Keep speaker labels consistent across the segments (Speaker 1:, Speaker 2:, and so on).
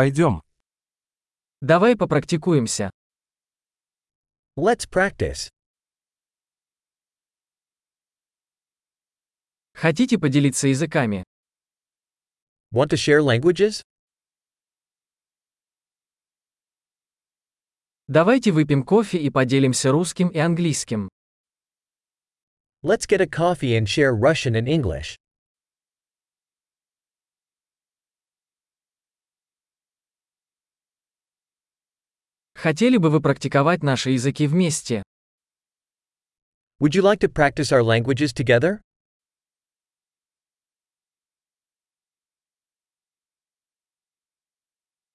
Speaker 1: Пойдем.
Speaker 2: Давай попрактикуемся.
Speaker 3: Let's practice.
Speaker 2: Хотите поделиться языками?
Speaker 3: Want to share languages?
Speaker 2: Давайте выпьем кофе и поделимся русским и английским.
Speaker 3: Let's get a coffee and share Russian and English.
Speaker 2: Хотели бы вы практиковать наши языки вместе?
Speaker 3: Would you like to practice our languages together?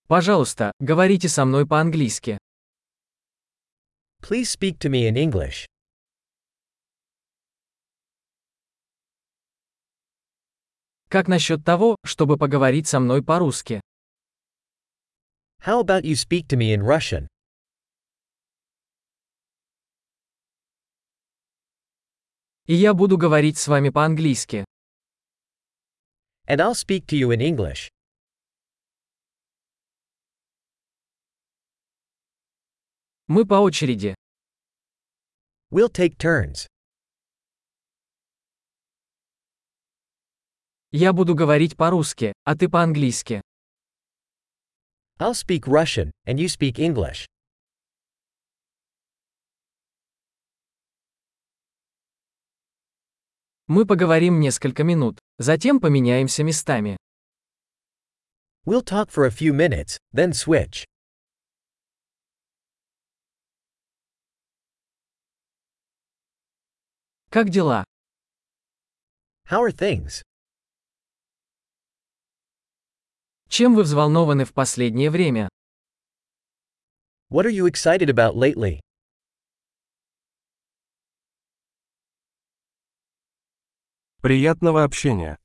Speaker 2: Пожалуйста, говорите со мной по-английски.
Speaker 3: Please speak to me in English.
Speaker 2: Как насчет того, чтобы поговорить со мной по-русски?
Speaker 3: How about you speak to me in Russian?
Speaker 2: И я буду говорить с вами по-английски.
Speaker 3: And I'll speak to you in English.
Speaker 2: Мы по очереди.
Speaker 3: We'll take turns.
Speaker 2: Я буду говорить по-русски, а ты по-английски.
Speaker 3: I'll speak Russian, and you speak English.
Speaker 2: Мы поговорим несколько минут, затем поменяемся местами.
Speaker 3: We'll talk for a few minutes, then switch.
Speaker 2: Как дела?
Speaker 3: How are things?
Speaker 2: Чем вы взволнованы в последнее время?
Speaker 3: What are you excited about lately?
Speaker 1: Приятного общения.